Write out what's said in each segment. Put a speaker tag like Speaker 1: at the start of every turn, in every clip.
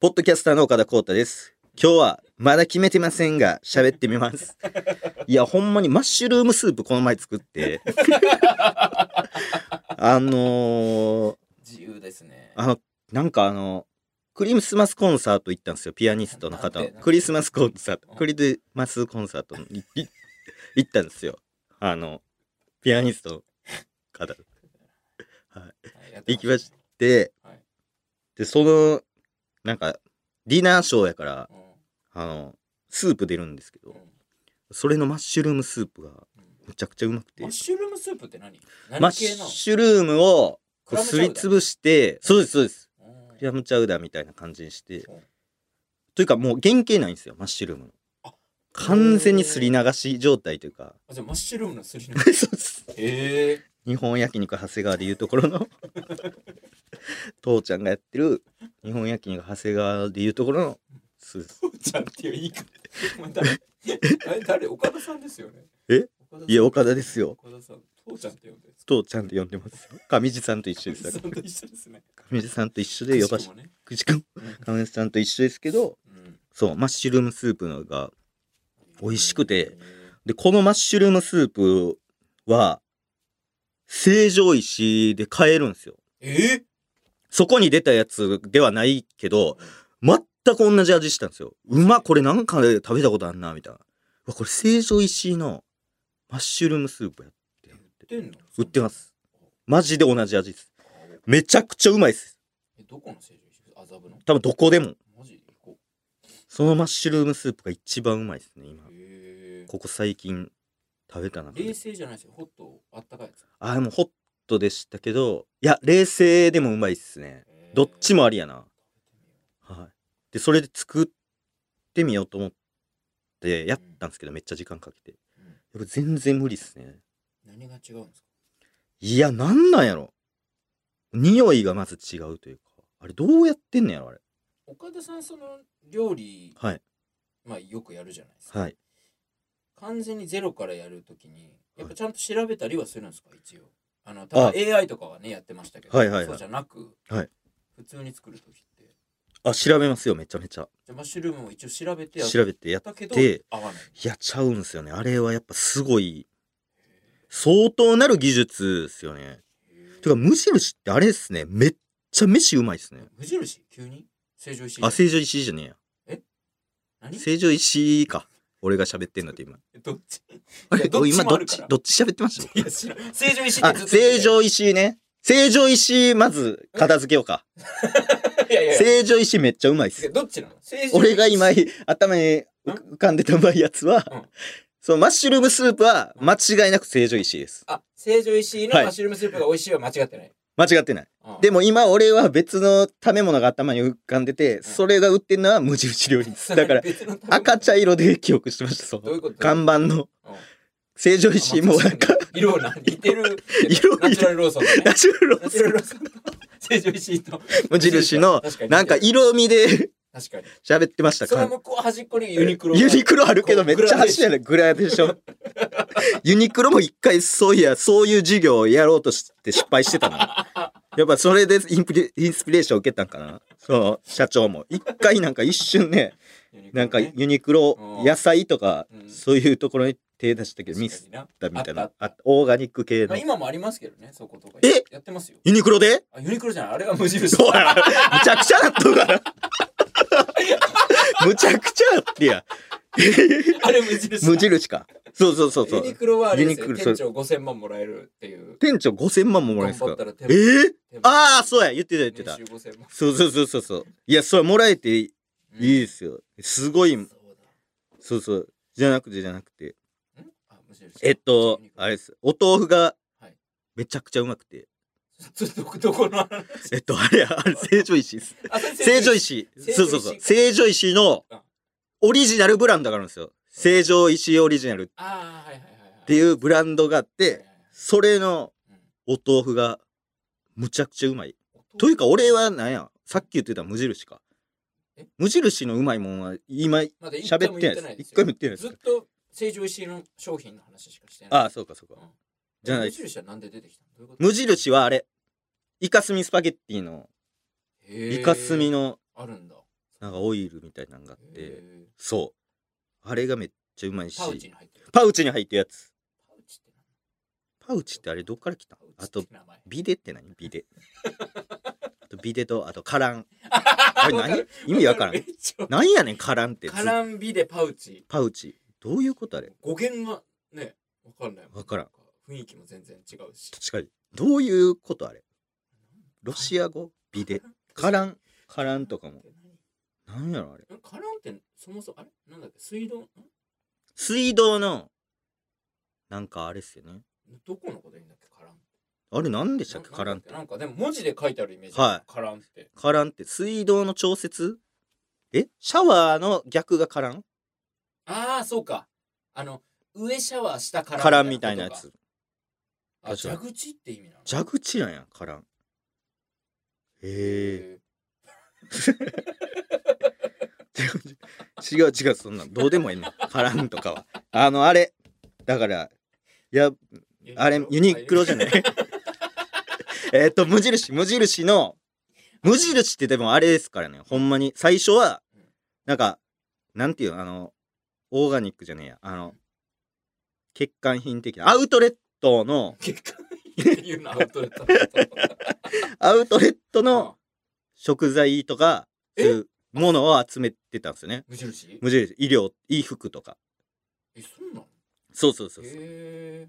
Speaker 1: ポッドキャスターの岡田光太です。今日はまだ決めてませんが、喋ってみ ます。いや、ほんまにマッシュルームスープこの前作 って。あのー、
Speaker 2: 自由ですね。
Speaker 1: あの、なんかあの、クリスマスコンサート行ったんですよ、ピアニストの方
Speaker 2: なん
Speaker 1: の
Speaker 2: てなん。て
Speaker 1: クリスマスコンサート、
Speaker 2: うん
Speaker 1: クリスマスコンサートにいい行ったんですよ。あの、ピアニストの方。
Speaker 2: はいやって
Speaker 1: 行きましで、
Speaker 2: はい
Speaker 1: で、その、なんか、ディナーショーやから、
Speaker 2: たね。
Speaker 1: あの、スープ出るんですけ
Speaker 2: うん
Speaker 1: ど、それのマッシュルームスープが
Speaker 2: うん
Speaker 1: むちゃくちゃうまくて
Speaker 2: マッ、シュルームスープって何
Speaker 1: マッ
Speaker 2: 何系なの
Speaker 1: シュルームをこうすりつぶして、そうです、そうです。
Speaker 2: うん
Speaker 1: クラムチャウダーみたいな感じにして
Speaker 2: うん
Speaker 1: というかもう原型ないんですよマッシュルームの
Speaker 2: あ
Speaker 1: 完全にすり流し状態というか
Speaker 2: あじゃあマッシュルームの すり抜け。
Speaker 1: そうです
Speaker 2: へえ。
Speaker 1: 日本焼肉長谷川でいうところの父ちゃんがやってる日本焼肉長谷川でいうところのそうです
Speaker 2: 父ちゃんっていう言 い方。お前誰あれ誰岡田さんですよね。
Speaker 1: え
Speaker 2: 岡田さん
Speaker 1: いや岡田ですよ
Speaker 2: 岡田さん、父ちゃんって呼んでるんですか。
Speaker 1: 父ちゃんって呼んでますよ上地さんと一緒です
Speaker 2: さ
Speaker 1: よ
Speaker 2: んと一緒ですね。
Speaker 1: 上地さんと一緒で呼ば
Speaker 2: くし
Speaker 1: し
Speaker 2: くもね
Speaker 1: くじくん上地さんと一緒ですけど
Speaker 2: うん
Speaker 1: そうマッシュルームスープのが美味しくて
Speaker 2: へえ
Speaker 1: で、このマッシュルームスープは、成城石井で買えるんですよ。
Speaker 2: え
Speaker 1: そこに出たやつではないけど、全く同じ味したんですよ。うまっ、これなんかで食べたことあんな、みたいな。うわ、これ成城石井のマッシュルームスープやって
Speaker 2: 売ってんの
Speaker 1: 売ってます。マジで同じ味です。めちゃくちゃうまいです。
Speaker 2: えどこの成城石井麻布の
Speaker 1: 多分どこでも。
Speaker 2: マジで行こ
Speaker 1: そのマッシュルームスープが一番うまいですね、今
Speaker 2: う。。へえ。
Speaker 1: ここ最近食べた中で
Speaker 2: 冷。静じゃないですよ。ホット、あったかいやつ。
Speaker 1: あ、でもホットでしたけど、いや、冷製でもうまいっすね。どっちもありやな。はい。で、それで作ってみようと思って、やったんですけど、めっちゃ時間かけて。
Speaker 2: うん。
Speaker 1: やっぱ全然無理っすね。
Speaker 2: 何が違うんですか
Speaker 1: いや、なんなんやろ。匂いがまず違うというか。あれ、どうやってんのやろ、あれ。
Speaker 2: 岡田さんその料理、
Speaker 1: はい。
Speaker 2: まあ、よくやるじゃないですか、
Speaker 1: はい。
Speaker 2: 完全にゼロからやるときにやっぱちゃんと調べたりはするんですか一応あのただ AI とかはねやってましたけど、
Speaker 1: はいはいはい
Speaker 2: そうじゃなく、
Speaker 1: はい
Speaker 2: 普通に作るときってじ
Speaker 1: あ、調べますよ、めちゃめちゃ。
Speaker 2: ゃあマッシュルームも一応調べてやっ
Speaker 1: 調べてやっ
Speaker 2: だけど
Speaker 1: て。
Speaker 2: 合わない
Speaker 1: いや、ちゃうんすよね。あれはやっぱすごい、相当なる技術っすよね。てか、無印ってあれっすね。めっちゃ飯うまいっすね。
Speaker 2: 無印急に成城石井
Speaker 1: あ、成城石井じゃねえや。
Speaker 2: 何
Speaker 1: 成城石井か。俺が喋ってんだって今。
Speaker 2: どっち
Speaker 1: あ
Speaker 2: い
Speaker 1: れ
Speaker 2: やどっち
Speaker 1: 今
Speaker 2: も
Speaker 1: ど
Speaker 2: あ
Speaker 1: っ
Speaker 2: るか
Speaker 1: ち
Speaker 2: ら
Speaker 1: どっち喋ってました
Speaker 2: いや知らん成城石井
Speaker 1: あ、
Speaker 2: ってずっと言って
Speaker 1: 成城石井ね。成城石井まず片付けようか。
Speaker 2: たよいやいやいや
Speaker 1: 成城石井めっちゃうまいっす。
Speaker 2: どっちなの成城石井
Speaker 1: 俺が今頭に
Speaker 2: うん
Speaker 1: 浮かんでたうまいやつは
Speaker 2: うん、
Speaker 1: そのマッシュルームスープは間違いなく成城石井です。
Speaker 2: あ成城石井のマッシュルームスープが美味しいは間違ってない、
Speaker 1: 間違ってない。
Speaker 2: うん
Speaker 1: でも今俺は別の食べ物が頭に浮かんでて、それが売ってんのは無印料理です。だから
Speaker 2: 別の食べ物
Speaker 1: 赤茶色で記憶してました。そ
Speaker 2: どうい
Speaker 1: の
Speaker 2: うこと
Speaker 1: 看板の
Speaker 2: うん
Speaker 1: 成城石井もなんか、
Speaker 2: 色な似てる
Speaker 1: 色
Speaker 2: ナチュラルローソンとね
Speaker 1: ナチュラルロー
Speaker 2: ナ
Speaker 1: ス
Speaker 2: チュラルローソンと成城石井と
Speaker 1: 無印の
Speaker 2: 確かに
Speaker 1: なんか色味で
Speaker 2: 確かに
Speaker 1: 喋ってました
Speaker 2: そ
Speaker 1: か
Speaker 2: の
Speaker 1: ら
Speaker 2: 向こう端っこにユニクロが
Speaker 1: ユニクロあるけどめっちゃ走
Speaker 2: る
Speaker 1: るグラデーション ユニクロも一回そういやそういう授業をやろうとして失敗してたのやっぱそれでインプレインスピレーションを受けたんかなそう社長も一回なんか一瞬ねなんかユニクロ
Speaker 2: うん
Speaker 1: 野菜とか
Speaker 2: うん
Speaker 1: そういうところに手出したけどミス
Speaker 2: だ
Speaker 1: だみたいな
Speaker 2: あ
Speaker 1: あ
Speaker 2: っ
Speaker 1: オーガニック系
Speaker 2: ま
Speaker 1: の
Speaker 2: あ、
Speaker 1: ユ
Speaker 2: 今もありますけどねそことか
Speaker 1: え
Speaker 2: やってますよ
Speaker 1: ニクロ で
Speaker 2: あユニクロじゃないあれが無印
Speaker 1: そうやむちゃくちゃだったから。 むちゃくちゃやってや。
Speaker 2: あれ無印
Speaker 1: 無印か。そうそうそうそ
Speaker 2: ユニ
Speaker 1: う。
Speaker 2: クロはあれですよ
Speaker 1: ユニクロ
Speaker 2: 店長5000万もらえるっていう
Speaker 1: 店長5000万ももらえるん
Speaker 2: 頑張
Speaker 1: で
Speaker 2: ったら
Speaker 1: すか
Speaker 2: 手
Speaker 1: え
Speaker 2: も
Speaker 1: ー、ああ、
Speaker 2: う
Speaker 1: そうや、言ってた言ってた
Speaker 2: 年。収5000万
Speaker 1: そうそうそうそうそう。いや、それもらえていい
Speaker 2: うん
Speaker 1: いですよ。すごい
Speaker 2: そう、
Speaker 1: そうそう。じゃなくてじゃなくて。
Speaker 2: だんあ無印
Speaker 1: えっと、あれです。お豆腐が
Speaker 2: はい
Speaker 1: めちゃくちゃうまくて。
Speaker 2: ちょっとどこの話
Speaker 1: えっと、あれや、あれ、成城石井です。
Speaker 2: あそれ
Speaker 1: 成城石井。そう
Speaker 2: 成城石井
Speaker 1: そうそう。成城石井の
Speaker 2: うん
Speaker 1: オリジナルブランドがあるんですよ。成城石井オリジナルっ
Speaker 2: ああはいはいはいはいって
Speaker 1: いうブランドがあって、それの
Speaker 2: う
Speaker 1: お
Speaker 2: ん
Speaker 1: 豆腐がむちゃくちゃうまい。
Speaker 2: 音
Speaker 1: というか俺はなんや、さっき言ってた無印か
Speaker 2: え。
Speaker 1: 無印のうまいもんは今
Speaker 2: まだ一回
Speaker 1: 喋
Speaker 2: も
Speaker 1: って
Speaker 2: 言
Speaker 1: な
Speaker 2: っ
Speaker 1: いです。
Speaker 2: てないです
Speaker 1: 一回も言
Speaker 2: よ
Speaker 1: ってないです
Speaker 2: ずっ。と成城石井の商品の話しかしてない
Speaker 1: ああ、そうかそうか。じゃないで
Speaker 2: 無
Speaker 1: す。
Speaker 2: 印はなんで出てきたのどういうこと
Speaker 1: 無印はあれ、イカスミスパゲッティの、
Speaker 2: へー
Speaker 1: イカスミの
Speaker 2: あるんだ
Speaker 1: なんかオイルみたいなのがあっ
Speaker 2: へ
Speaker 1: て
Speaker 2: ー
Speaker 1: そうあれがめっちゃうまいし
Speaker 2: パウチに入ってる。
Speaker 1: パウチに入ってるやつ
Speaker 2: パウチって何
Speaker 1: パウチってあれどっから来た
Speaker 2: パ
Speaker 1: の
Speaker 2: ウチって
Speaker 1: あと
Speaker 2: 名前
Speaker 1: ビデって何ビデ あとビデとあとカランあれ
Speaker 2: わか
Speaker 1: 何
Speaker 2: る
Speaker 1: 意味わからん
Speaker 2: めっちゃ
Speaker 1: 何やねんカランって
Speaker 2: カランビでパウチ。
Speaker 1: パウチどういうことあれ
Speaker 2: 語源がね、わかんないも。
Speaker 1: わからん。
Speaker 2: 雰囲気も全然違うし。
Speaker 1: 確かにどういうことあれロシア語ビデカランカランとかもなんやろあれ
Speaker 2: ん。カランってそもそもあれなんだっけ水道ん
Speaker 1: 水道のなんかあれっすよね
Speaker 2: どこのこと言うんだっけカラン
Speaker 1: あれなんでしたっけ
Speaker 2: な
Speaker 1: カランって
Speaker 2: なんかでも文字で書いてあるイメージ。
Speaker 1: は
Speaker 2: カランって。
Speaker 1: カランって水道の調節えシャワーの逆がカラン
Speaker 2: ああ、そうか。あの、上シャワー下カラン。
Speaker 1: カランみたいなやつ。
Speaker 2: あ、
Speaker 1: 確かに
Speaker 2: 蛇口って意味なの
Speaker 1: 蛇口なんやカランへえ
Speaker 2: へ
Speaker 1: 違う違うそんなんどうでもいいのカランとかはあのあれだからいや
Speaker 2: ー
Speaker 1: あれユニクロじゃない えっと無印無印の無印ってでもあれですからねほんまに最初は
Speaker 2: うん
Speaker 1: なんかなんていうのあのオーガニックじゃねえやあの欠陥品的なアウトレットの
Speaker 2: 結果っていうのアウトレット だった
Speaker 1: アウトレットの
Speaker 2: あ
Speaker 1: 食材とか
Speaker 2: え
Speaker 1: そういうものを集めてたんですよね
Speaker 2: 無印
Speaker 1: 無印医療衣服とか
Speaker 2: えそうなの
Speaker 1: そうそうそうそう
Speaker 2: へえ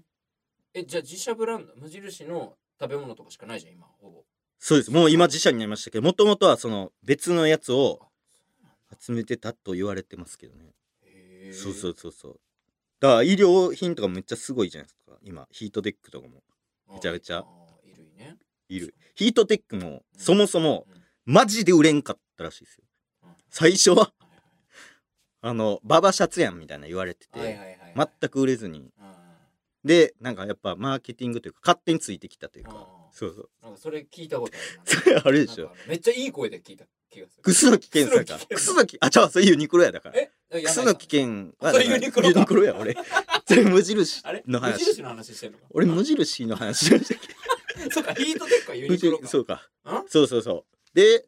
Speaker 2: えじゃあ自社ブランド無印の食べ物とかしかないじゃん今ほぼ
Speaker 1: そうですもう今自社になりましたけどもともとはその別のやつを
Speaker 2: あそうなんだ
Speaker 1: 集めてたと言われてますけどね
Speaker 2: へえ
Speaker 1: そうそうそうそうだから医療品とかめっちゃすごいじゃないですか今ヒートテックとかも
Speaker 2: あ
Speaker 1: めちゃめちゃ
Speaker 2: あ衣類ね
Speaker 1: いるヒートテックもそもそも
Speaker 2: うん
Speaker 1: マジで売れんかったらしいですよ最初は
Speaker 2: はい
Speaker 1: あのババシャツやんみたいな言われてて、
Speaker 2: はいはいはいはい
Speaker 1: 全く売れずに
Speaker 2: あ
Speaker 1: でなんかやっぱマーケティングというか勝手についてきたというか
Speaker 2: あ
Speaker 1: そう そう
Speaker 2: なんかそれ聞いたことある
Speaker 1: それあれ
Speaker 2: な
Speaker 1: でし
Speaker 2: なん
Speaker 1: ょ
Speaker 2: かあのめっちゃいい声で聞いた気がする
Speaker 1: 楠木健さんか
Speaker 2: 楠
Speaker 1: 楠木あちゃうそれユニクロやだから
Speaker 2: えっ
Speaker 1: 楠木健は
Speaker 2: それユニクロか
Speaker 1: ユニクロや 俺それ無印
Speaker 2: あれ
Speaker 1: の
Speaker 2: 無
Speaker 1: 話
Speaker 2: 印の話してんのか
Speaker 1: 俺無印の 話をして
Speaker 2: そうかヒートテックはユニクロか
Speaker 1: そうか
Speaker 2: ん
Speaker 1: そうそうそうで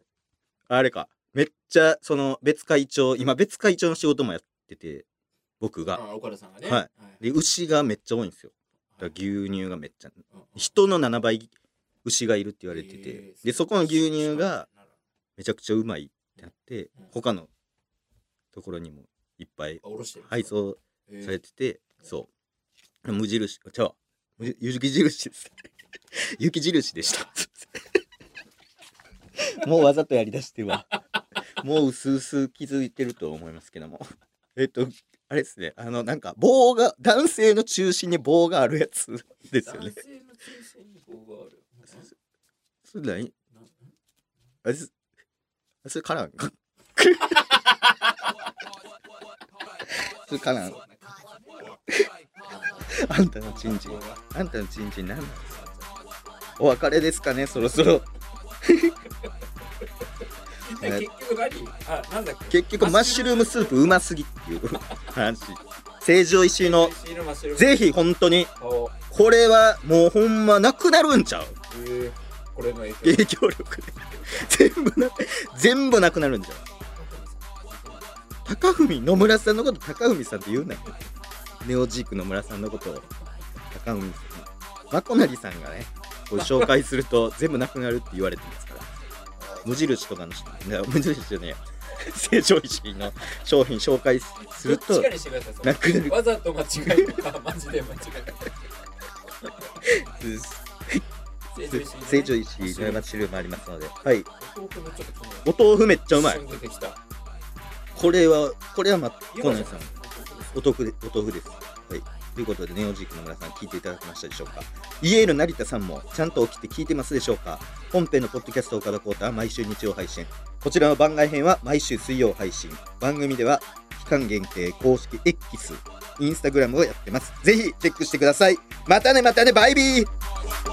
Speaker 1: あれかめっちゃその別会長今別会長の仕事もやってて僕が
Speaker 2: あ岡田さんがね
Speaker 1: はいで牛がめっちゃ多いんですよだから牛乳がめっちゃ人の7倍牛がいるって言われててでそこの牛乳がめちゃくちゃうまいってなって
Speaker 2: うん
Speaker 1: 他のところにもいっぱい
Speaker 2: おろしてる
Speaker 1: 配送
Speaker 2: へー
Speaker 1: されててそう無印ちゃうわ無雪印です 雪印でしたもうわざとやりだしてる わもう薄々気づいてると思いますけどもえっとあれですねあのなんか棒が男性の中心に棒があるやつですよね
Speaker 2: 男性の中性に棒がある
Speaker 1: それ何
Speaker 2: なな
Speaker 1: あれすあそれカランか それカランあんたのチンチンあんたのチンチンなんなんですかお別れですかねそろそろ
Speaker 2: え結局何あなんだっけ
Speaker 1: 結局マッシュルームスープうますぎっていう話成城石井の
Speaker 2: シールマシルマ
Speaker 1: ぜひ本当に
Speaker 2: 顔
Speaker 1: これはもうほんまなくなるんちゃう
Speaker 2: えーこれの影響
Speaker 1: 影響力で全部な全部なくなるんちゃう高文野村さんのこと高文さんって言うなよネオジーク野村さんのことを高文さんまこなりさんがねご紹介すると全部なくなるって言われてますから無印とかの人いや無印じゃねえや成城石井の商品紹介す
Speaker 2: ど
Speaker 1: る
Speaker 2: っち
Speaker 1: と
Speaker 2: かにしてくださいそれ
Speaker 1: なくなる
Speaker 2: わざと間違えたかマジで間違えた
Speaker 1: 成城石井の山チルもありますのではい
Speaker 2: お豆腐もちょっと気になる
Speaker 1: お豆腐めっちゃうまい
Speaker 2: 一緒に出てきた
Speaker 1: これはこれはまこ
Speaker 2: 今
Speaker 1: な
Speaker 2: じゃ
Speaker 1: り
Speaker 2: な
Speaker 1: さん
Speaker 2: い
Speaker 1: お豆腐でお豆腐です。はい。ということで、ネオジークの村さん、聞いていただきましたでしょうか。イエール成田さんも、ちゃんと起きて聞いてますでしょうか。本編のポッドキャスト岡田ー太は毎週日曜配信。こちらの番外編は毎週水曜配信。番組では、期間限定公式 X、インスタグラムをやってます。ぜひ、チェックしてください。またね、またね、バイビー